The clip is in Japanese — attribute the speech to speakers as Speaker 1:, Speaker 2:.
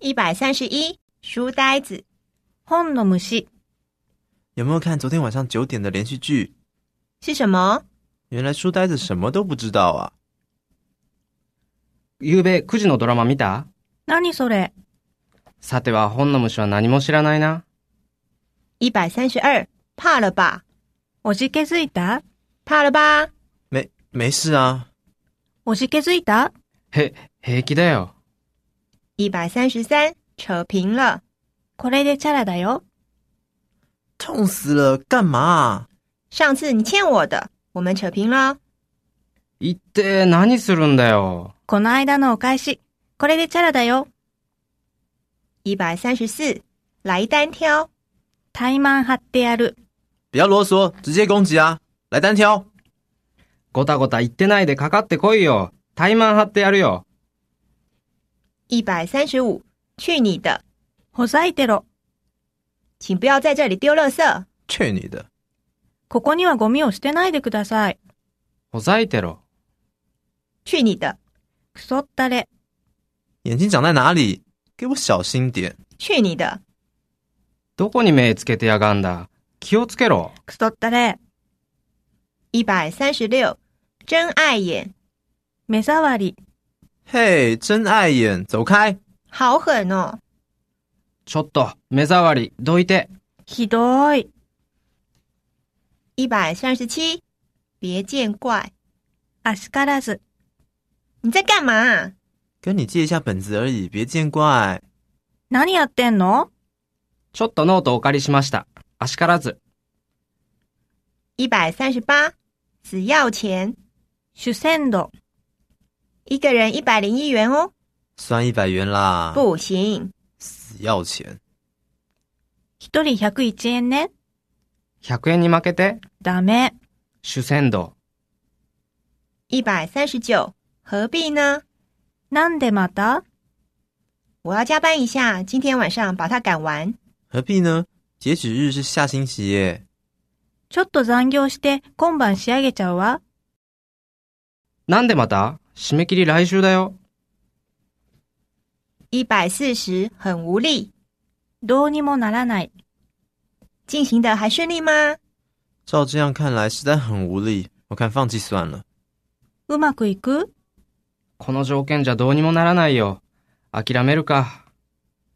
Speaker 1: 一百三十一，书呆子，本の虫
Speaker 2: 有没有看昨天晚上九点的连续剧？
Speaker 1: 是什么？
Speaker 2: 原来书呆子什么都不知道啊！
Speaker 3: 昨べ9時のドラマ見た
Speaker 1: 何それ？
Speaker 3: さては本の虫は何も知らないな。
Speaker 1: 一百三十二，怕了吧？
Speaker 4: おじけづいた
Speaker 1: 怕了吧？
Speaker 2: 没没事啊，
Speaker 4: おじけづいた
Speaker 3: へ、平気だよ。
Speaker 1: 一百三十三，扯平了。
Speaker 4: これでチャラだよ。
Speaker 2: 痛死了，干嘛、啊？
Speaker 1: 上次你欠我的，我们扯平了。
Speaker 3: 行って何するんだよ。
Speaker 4: この間のお返し。これでチャラだよ。
Speaker 1: 一百三十四，来单挑。
Speaker 4: 怠慢張ってやる。
Speaker 2: 不要啰嗦，直接攻击啊！来单挑，
Speaker 3: ごたごた言ってないでかかってこいよ。怠慢張ってやるよ。
Speaker 1: 一百三十五，去你的！
Speaker 4: ほざいてろ。
Speaker 1: 请不要在这里丢垃圾。
Speaker 2: 去你的！
Speaker 4: ここにはゴミを捨てないでください。
Speaker 3: ほざいてろ。
Speaker 1: 去你的！
Speaker 4: クソったれ。
Speaker 2: 眼睛长在哪里？给我小心点！
Speaker 1: 去你的！
Speaker 3: どこに目つけてやがんだ。気をつけろ。
Speaker 4: クソったれ。
Speaker 1: 一百三十六，真碍眼，
Speaker 4: 目障り。
Speaker 2: 嘿，真碍眼，走开！
Speaker 1: 好狠哦！
Speaker 3: ちょっと、目障り、どいて。
Speaker 4: ひどーい。
Speaker 1: 一百三十七，别见怪，
Speaker 4: あしからず。
Speaker 1: 你在干嘛啊？
Speaker 2: 跟你借一下本子而已，别见怪。
Speaker 4: 何やってんの
Speaker 3: ちょっとノートお借りしました。あしからず。
Speaker 1: 一百三十八，只要钱，
Speaker 4: 主戦度。
Speaker 1: 一个人一百零一元哦，
Speaker 2: 算一百元啦，，
Speaker 1: 不行。
Speaker 2: 死要钱。
Speaker 4: 一人101円ね。
Speaker 3: 100円に負けて、
Speaker 4: ダメ。
Speaker 3: 主戦道。
Speaker 1: 一百三十九，何必呢？
Speaker 4: なんでまた
Speaker 1: 我要加班一下，今天晚上把它赶完。
Speaker 2: 何必呢？截止日是下星期耶。
Speaker 4: ちょっと残業して今晩仕上げちゃうわ。
Speaker 3: なんでまた締め切り来週だよ。
Speaker 1: 一百四十，很无力，
Speaker 4: どうにもならない。
Speaker 1: 进行的还顺利吗？
Speaker 2: 照这样看来，实在很无力。我看放弃算了。
Speaker 4: うまくいく
Speaker 3: この条件じゃどうにもならないよ。諦めるか。